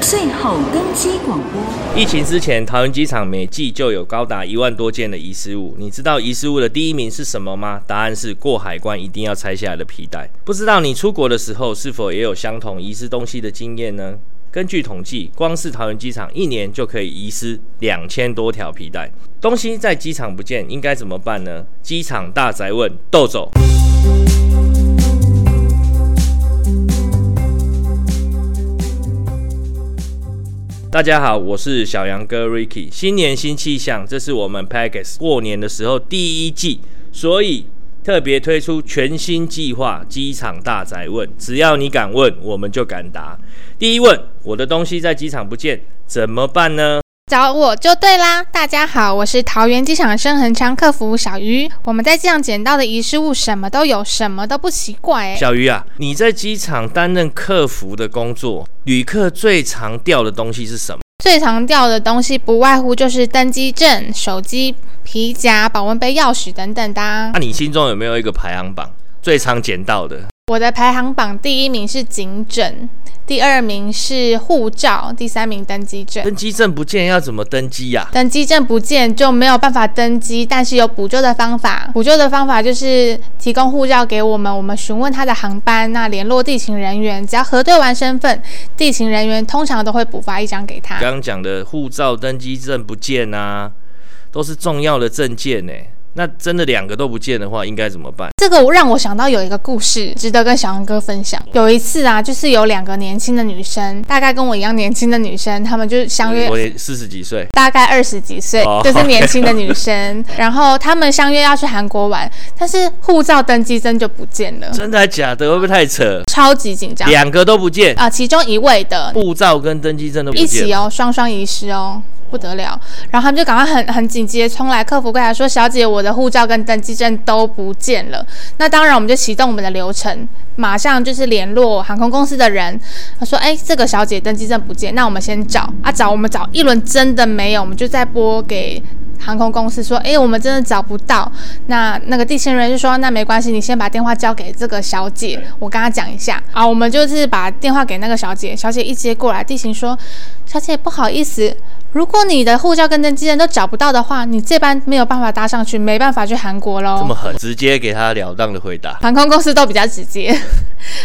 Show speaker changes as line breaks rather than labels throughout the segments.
最后更新广播。
疫情之前，桃园机场每季就有高达一万多件的遗失物。你知道遗失物的第一名是什么吗？答案是过海关一定要拆下来的皮带。不知道你出国的时候是否也有相同遗失东西的经验呢？根据统计，光是桃园机场一年就可以遗失两千多条皮带。东西在机场不见，应该怎么办呢？机场大宅问豆总。大家好，我是小杨哥 Ricky。新年新气象，这是我们 Packers 过年的时候第一季，所以特别推出全新计划——机场大宅问。只要你敢问，我们就敢答。第一问：我的东西在机场不见，怎么办呢？
找我就对啦！大家好，我是桃园机场生恒昌客服小鱼。我们在机场捡到的遗失物什么都有，什么都不奇怪哎。
小鱼啊，你在机场担任客服的工作，旅客最常掉的东西是什么？
最常掉的东西不外乎就是登机证、手机、皮夹、保温杯、钥匙等等的啊、
那、你心中有没有一个排行榜？最常捡到的？
我的排行榜第一名是警枕，第二名是护照，第三名登机证。
登机证不见要怎么登机呀、
登机证不见就没有办法登机，但是有补救的方法。补救的方法就是提供护照给我们，我们询问他的航班，那联络地勤人员，只要核对完身份，地勤人员通常都会补发一张给他。
刚刚讲的护照、登机证不见啊，都是重要的证件呢。那真的两个都不见的话，应该怎么办？
这个我让我想到有一个故事，值得跟小杨哥分享。有一次啊，就是有两个年轻的女生，大概跟我一样年轻的女生，她们就相约
我也四十几岁，
大概二十几岁
嗯哦，
就是年轻的女生。然后她们相约要去韩国玩，但是护照登机证就不见了，
真的还假的？会不会太扯？
超级紧张。
两个都不见，
啊、其中一位的
护照跟登机证都不
一
见
起，哦，双双遗失哦。不得了，然后他们就赶快很很紧急的冲来客服柜台说：“小姐，我的护照跟登记证都不见了。”那当然，我们就启动我们的流程，马上就是联络航空公司的人。他说：“哎，这个小姐登记证不见，那我们先找啊找，我们找一轮真的没有，我们就再拨给航空公司说，哎，我们真的找不到。那那个地勤人员就说，那没关系，你先把电话交给这个小姐，我跟她讲一下啊。我们就是把电话给那个小姐，小姐一接过来，地勤说，小姐不好意思，如果你的护照跟登记证都找不到的话，你这班没有办法搭上去，没办法去韩国喽。
这么狠，直接给他了当的回答。
航空公司都比较直接。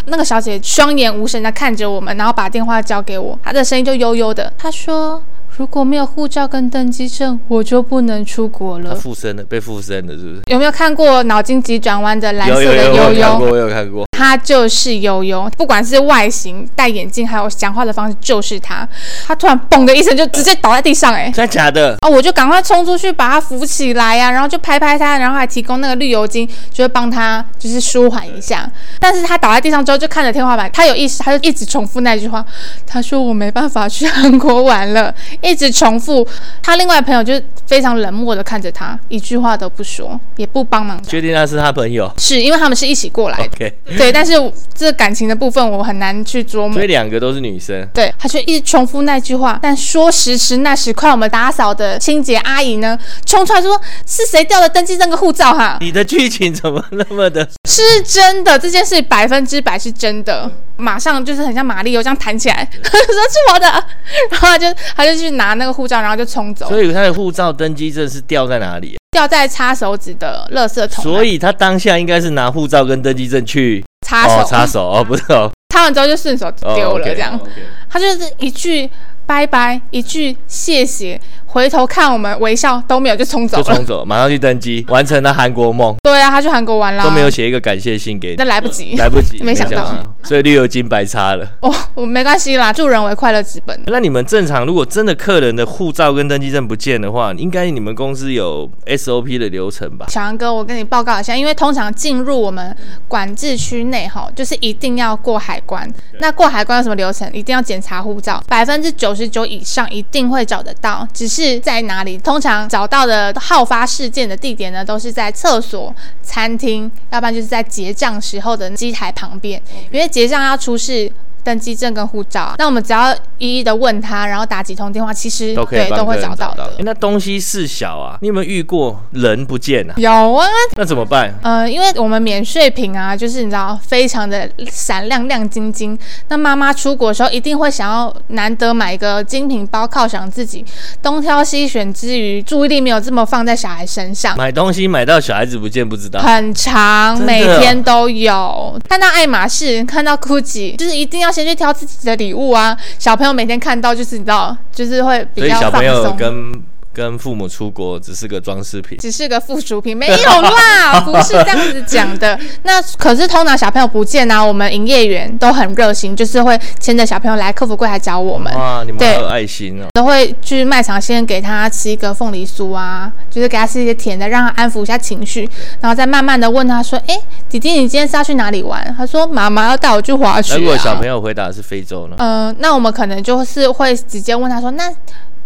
那个小姐双眼无神的看着我们，然后把电话交给我，她的声音就悠悠的，她说：“如果没有护照跟登机证，我就不能出国
他
了。
附身了，被附身了，是不是？”
有没有看过脑筋急转弯的蓝
有
色
有
的
有，我
悠
有看过，
悠？
我有看过。
她就是悠悠，不管是外形、戴眼镜，还有讲话的方式，就是她。她突然嘣的一声就直接倒在地上、哎，
真的假的？
哦，我就赶快冲出去把他扶起来呀、然后就拍拍他，然后还提供那个绿油精，就会帮他就是舒缓一下。但是他倒在地上之后就看着天花板，他有意识，他就一直重复那句话，他说我没办法去韩国玩了，一直重复。他另外朋友就非常冷漠的看着他，一句话都不说，也不帮忙。
确定那是他朋友
是因为他们是一起过来的，
？OK，
对，但是这感情的部分我很难去琢磨
哦所以。两个都是女生。
对，他就一直重复那句话。但说时迟，那时快，我们打扫的清洁阿姨呢，冲出来说：“是谁掉的登记证跟护照、哈，
你的剧情怎么那么的？
是真的，这件事百分之百是真的。”马上就是很像马里欧这样弹起来， 说是我的，然后他就他就去拿那个护照，然后就冲走，
所以他的护照、登机证是掉在哪里？啊
掉在擦手指的垃圾桶，
所以他当下应该是拿护照跟登记证去
擦手、
哦，擦手哦，不是哦，
擦完之后就顺手
哦
丢了
OK
这样。他就是一句拜拜，一句谢谢，回头看我们微笑都没有就冲走
就
了
冲。走，马上去登机，完成了韩国梦，
对啊，他去韩国玩啦，
都没有，写一个感谢信给
那
你，
来不及。
来不及，
没想到
所以绿油精白擦了。
哦，我没关系啦，助人为快乐之本。
那你们正常，如果真的客人的护照跟登记证不见的话，应该你们公司有 SOP 的流程吧？
小杨哥，我跟你报告一下，因为通常进入我们管制区内哈，就是一定要过海关。那过海关有什么流程？一定要检查护照，百分之九十九以上一定会找得到，只是在哪里？通常找到的好发事件的地点呢，都是在厕所、餐厅，要不然就是在结账时候的机台旁边，因为结账要出示。登机证跟护照啊。那我们只要一一的问他，然后打几通电话，其实
都可以
对
帮
都
客
会
人
找到的
诶。那东西事小啊，你有没有遇过人不见啊？
有啊，
那怎么 办？
呃，因为我们免税品啊，就是你知道，非常的闪亮亮晶晶。那妈妈出国的时候，一定会想要难得买一个精品包犒赏自己，东挑西选之余，注意力没有这么放在小孩身上。
买东西买到小孩子不见不知道，
很长，
真的
每天都有。看到爱马仕，看到 GUCCI，就是一定要先去挑自己的礼物啊。小朋友每天看到，就是你知道，就是会比
所以
较
小
放
朋友
松。
跟跟父母出国只是个装饰品。
只是个附属品，没有啦，不是这样子讲的。那可是通常小朋友不见啊，我们营业员都很热心，就是会牵着小朋友来客服柜台找我们。
哇，你们
对
好有爱心哦！
都会去卖场先给他吃一个凤梨酥啊，就是给他吃一些甜的，让他安抚一下情绪，然后再慢慢的问他说：“哎，弟弟，你今天是要去哪里玩？”他说：“妈妈要带我去滑雪、
那
啊。”
如果小朋友回答是非洲呢？
呃，那我们可能就是会直接问他说：“那，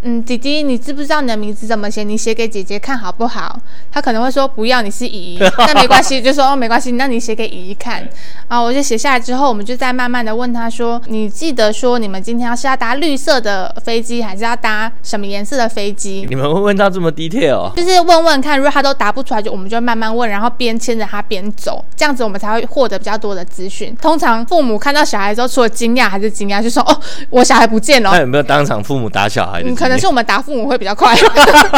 嗯，弟弟，你知不知道你的名字怎么写？你写给姐姐看好不好？”他可能会说：“不要，你是姨。”那没关系，就说哦没关系，那你写给姨看。啊，我就写下来之后，我们就再慢慢的问他说：“你记得说你们今天要是要搭绿色的飞机，还是要搭什么颜色的飞机？”
你们会问到这么 detail？哦
就是问问看，如果他都答不出来，就我们就慢慢问，然后边牵着他边走，这样子我们才会获得比较多的资讯。通常父母看到小孩之后，除了惊讶还是惊讶，就说：“哦，我小孩 不见了
那。有没有当场父母打小孩的经
嗯”
验？
可能是我们答父母会比较快，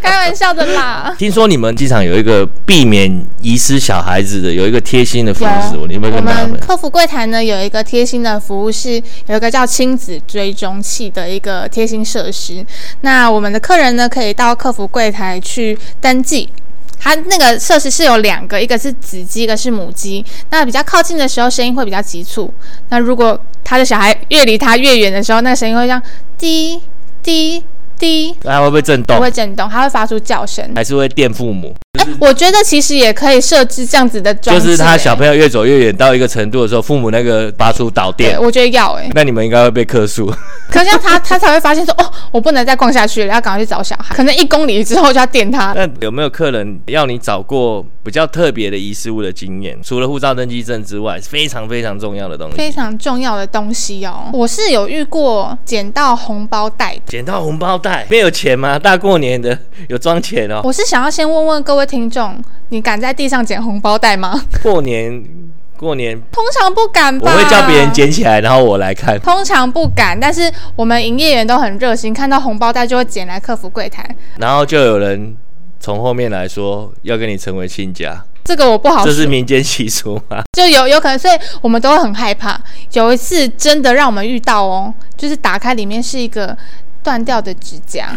开玩笑的啦。
听说你们机场有一个避免遗失小孩子的，有一个贴心的服务，你有没有
啊我
跟大家
们
分享？
客服柜台呢有一个贴心的服务是有一个叫亲子追踪器的一个贴心设施。那我们的客人呢可以到客服柜台去登记。它那个设施是有两个，一个是子机，一个是母机。那比较靠近的时候，声音会比较急促。那如果他的小孩越离他越远的时候，那个声音会像滴滴滴，
那它会不会震
它
动
会？震动，它会发出叫声。
还是会电父母？
哎、我觉得其实也可以设置这样子的装
就
置、
是他小
友，
朋友越走越远到一个程度的时候，父母那个发出导
对
电，
我觉得要哎、
那你们应该会被克数。
可是这样他他才会发现说，哦，我不能再逛下去了，要赶快去找小孩。可能一公里之后就要电他。
那有没有客人要你找过比较特别的遗失物的经验？除了护照、登记证之外，非常非常重要的东
非
西。
常重要的东西哦，我是有遇过捡到红包袋的。
捡到红包袋，没有钱吗？大过年的有装钱哦。
我是想要先问问各位听众，你敢在地上捡红包袋吗？
过年过年，
通常不敢
我
吧。
会叫别人。捡起来，然后我来看。
通常不敢，但是我们营业员都很热心，看到红包袋就会捡来客服柜台。
然后就有人从后面来说要跟你成为亲家，
这个我不好
这
说，
是民间习俗吗？
就有有可能，所以我们都会很害怕。有一次真的让我们遇到哦，就是打开里面是一个断掉的指甲。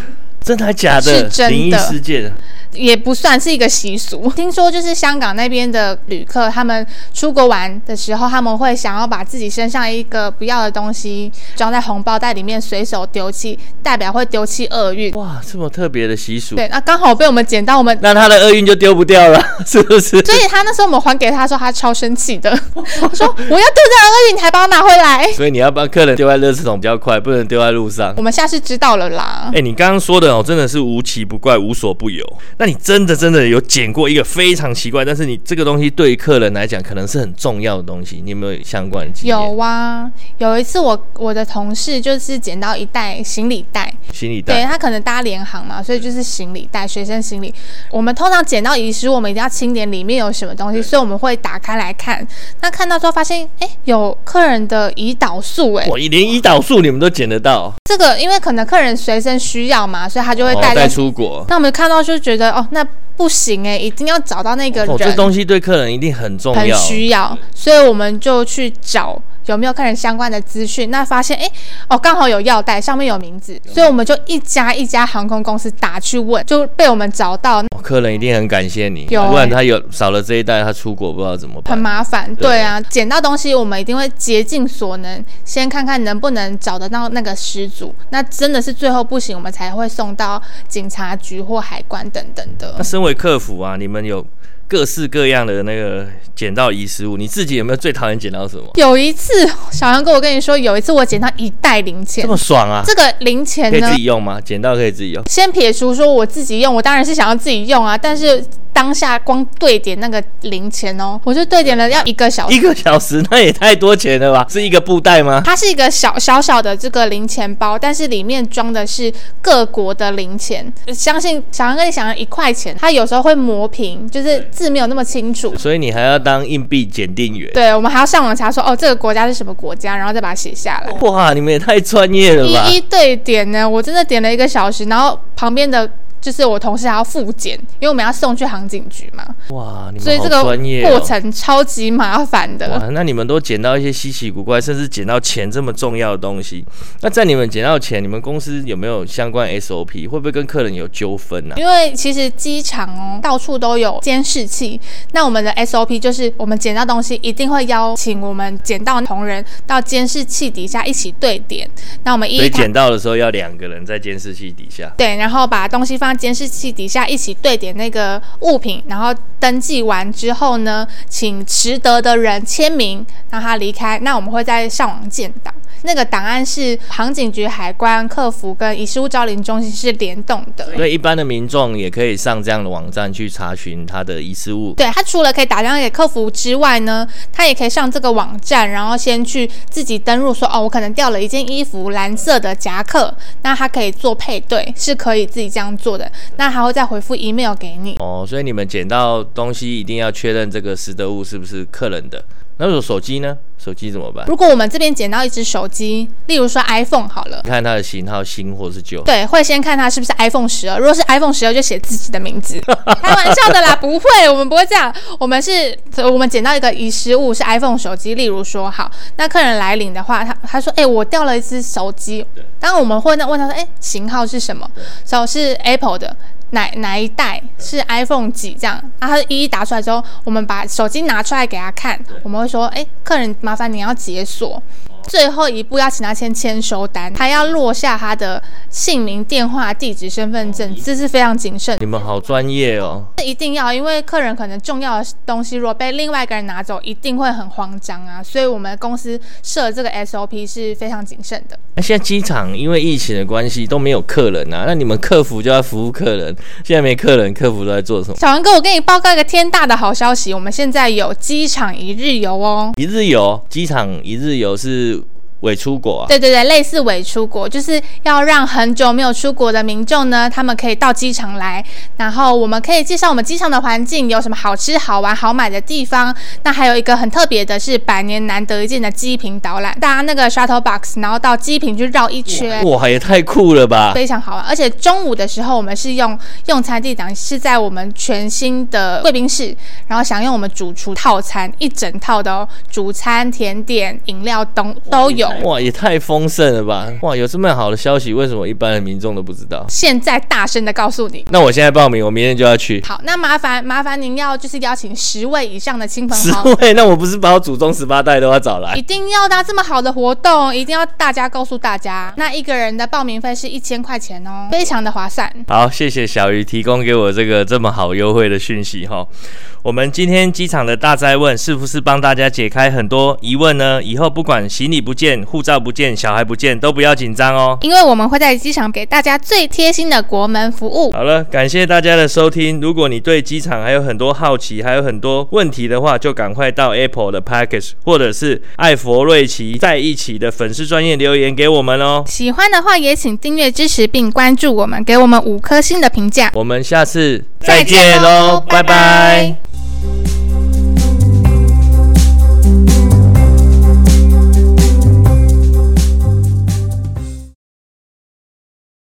真的还假
是
的？
真的
灵异事件，
也不算是一个习俗。听说就是香港那边的旅客，他们出国玩的时候，他们会想要把自己身上一个不要的东西装在红包袋里面，随手丢弃，代表会丢弃厄运。
哇，这么特别的习俗，
对，那刚好被我们捡到，我们。
那他的厄运就丢不掉了，是不是？
所以他那时候我们还给他的时候，他超生气的，他说：“我要丢掉厄运，你还把我拿回来。
所以你要帮客人丢在垃圾桶比较快，不能丢在路上”
我。们下次知道了啦
哎、。你刚刚说的哦，真的是无奇不怪、无所不有。那你真的真的有捡过一个非常奇怪，但是你这个东西对于客人来讲可能是很重要的东西，你有没有相关的经验？
有啊，有一次我我的同事就是捡到一袋行李袋，
行李
对
袋，
他可能搭联航
嗯
嘛，所以就是行李袋、学生行李。我们通常捡到遗失，我们一定要清点里面有什么东西，所以我们会打开来看。那看到之后发现，哎，有客人的胰岛素，哎，
我连胰岛素你们都捡得到，
这个因为可能客人随身需要嘛，所以他就会
哦
带
带
在。
出国。
那我们看到就觉得，哦，那不行哎，一定要找到那个
哦，这
人，
东西对客人一定很重
很
要。
需要，所以我们就去找。有没有客人相关的资讯？那发现，哎、哦，刚好有药袋，上面有名字，
嗯
所以我们就一家一家航空公司打去问，就被我们找到。
哦客人一定很感谢你，
有欸
不然他有少了这一袋，他出国不知道怎么
很
办。
麻烦，
对
对啊，捡到东西我们一定会竭尽所能，先看看能不能找得到那个失主。那真的是最后不行，我们才会送到警察局或海关等等的
那。身为客服啊，你们有各式各样的那个捡到遗失物，你自己有没有最讨厌捡到什么？
有一次，小杨哥，我跟你说，有一次我捡到一袋零钱
这，么爽啊！
这个零钱
可以
呢
自，己用吗？捡到可以自己用。
先撇除说我自己用，我当然是想要自己用啊，但是当下光对点那个零钱哦，我就对点了要一个小时
一。个小时 那也太多钱了吧？是一个布袋吗？
它是一个小小小的这个零钱包，但是里面装的是各国的零钱。相信小杨跟你想的一块钱，它有时候会磨平，就是字没有那么清楚。
所以你还要当硬币鉴定员？
对，我们还要上网查说，哦，这个国家是什么国家，然后再把它写下来。
哇，你们也太专业了吧
一！一对点呢，我真的点了一个小时，然后旁边的就是我同事还要复检，因为我们要送去航警局嘛，
哇，你
所以
们
这
好
个
专业、哦。
过程超级麻烦的。
哇，那你们都捡到一些稀奇古怪，甚至捡到钱这么重要的东西。那在你们捡到钱，你们公司有没有相关 SOP？会不会跟客人有纠纷呢、啊？
因为其实机场哦到处都有监视器，那我们的 SOP 就是我们捡到东西一定会邀请我们捡到的同仁到监视器底下一起对点，那我们一
所以
一看
捡到的时候要两个人在监视器底下。
对，然后把东西放在监视器底下，一起对点那个物品，然后登记完之后呢，请值得的人签名，让他离开。那我们会在上网建档，那个档案是航警局、海关、客服跟遗失物招领中心是联动的。
所以一般的民众也可以上这样的网站去查询他的遗失物。
对他除了可以打电话给客服之外呢，他也可以上这个网站，然后先去自己登录说，哦，我可能掉了一件衣服，蓝色的夹克，那他可以做配对，是可以自己这样做的。那还会再回复 email 给你。
哦，所以你们捡到东西一定要确认这个拾得物是不是客人的。那如果手机呢？手机怎么办？
如果我们这边捡到一只手机，例如说 iPhone 好了，
看它的型号新或是旧。
对，会先看它是不是 iPhone 十二。如果是 iPhone 十二，就写自己的名字，开玩笑的啦，不会，我们不会这样。我们是，我们捡到一个遗失物是 iPhone 手机，例如说好，那客人来领的话，他他说，哎、我掉了一只手机，当然我们会问他说，哎、型号是什么？手是 Apple 的。哪哪一代是 iPhone 几这样？然后他一一打出来之后，我们把手机拿出来给他看，我们会说：“哎、客人，麻烦你要解锁。”最后一步要请他签签收单，他要落下他的姓名、电话、地址、身份证，这是非常谨慎，
你们好专业哦。
这一定要，因为客人可能重要的东西如果被另外一个人拿走，一定会很慌张啊。所以我们公司设这个 SOP 是非常谨慎的。
那现在机场因为疫情的关系都没有客人啊，那你们客服就要服务客人，现在没客人，客服都在做什么？
小杨哥，我跟你报告一个天大的好消息，我们现在有机场一日游哦。
一日游，机场一日游是伪出国啊。
对对对，类似伪出国，就是要让很久没有出国的民众呢，他们可以到机场来，然后我们可以介绍我们机场的环境，有什么好吃、好玩、好买的地方。那还有一个很特别的是，百年难得一见的机坪导览，搭那个 shuttle box，然后到机坪去绕一圈。
哇，也太酷了吧！
非常好玩，而且中午的时候，我们是用用餐地点是在我们全新的贵宾室，然后享用我们主厨套餐一整套的哦，主餐、甜点、饮料都都有。
哇，也太丰盛了吧！哇，有这么好的消息，为什么一般的民众都不知道？
现在大声的告诉你。
那我现在报名，我明天就要去。
好，那麻烦麻烦您要就是邀请十位以上的亲朋
十
好友，
位，那我不是把我祖宗十八代都要找来
一？定要搭这么好的活动，一定要大家告诉大家，那一个人的报名费是一千块钱哦，非常的划算。
好，谢谢小鱼提供给我这个这么好优惠的讯息哈。我们今天机场的大灾问是不是帮大家解开很多疑问呢？以后不管行李不见、护照不见、小孩不见，都不要紧张哦。
因为我们会在机场给大家最贴心的国门服务。
好了，感谢大家的收听。如果你对机场还有很多好奇，还有很多问题的话，就赶快到 Apple 的 Package 或者是艾佛瑞奇在一起的粉丝专业留言给我们哦。
喜欢的话也请订阅支持并关注我们，给我们五颗星的评价。
我们下次再见喽，拜拜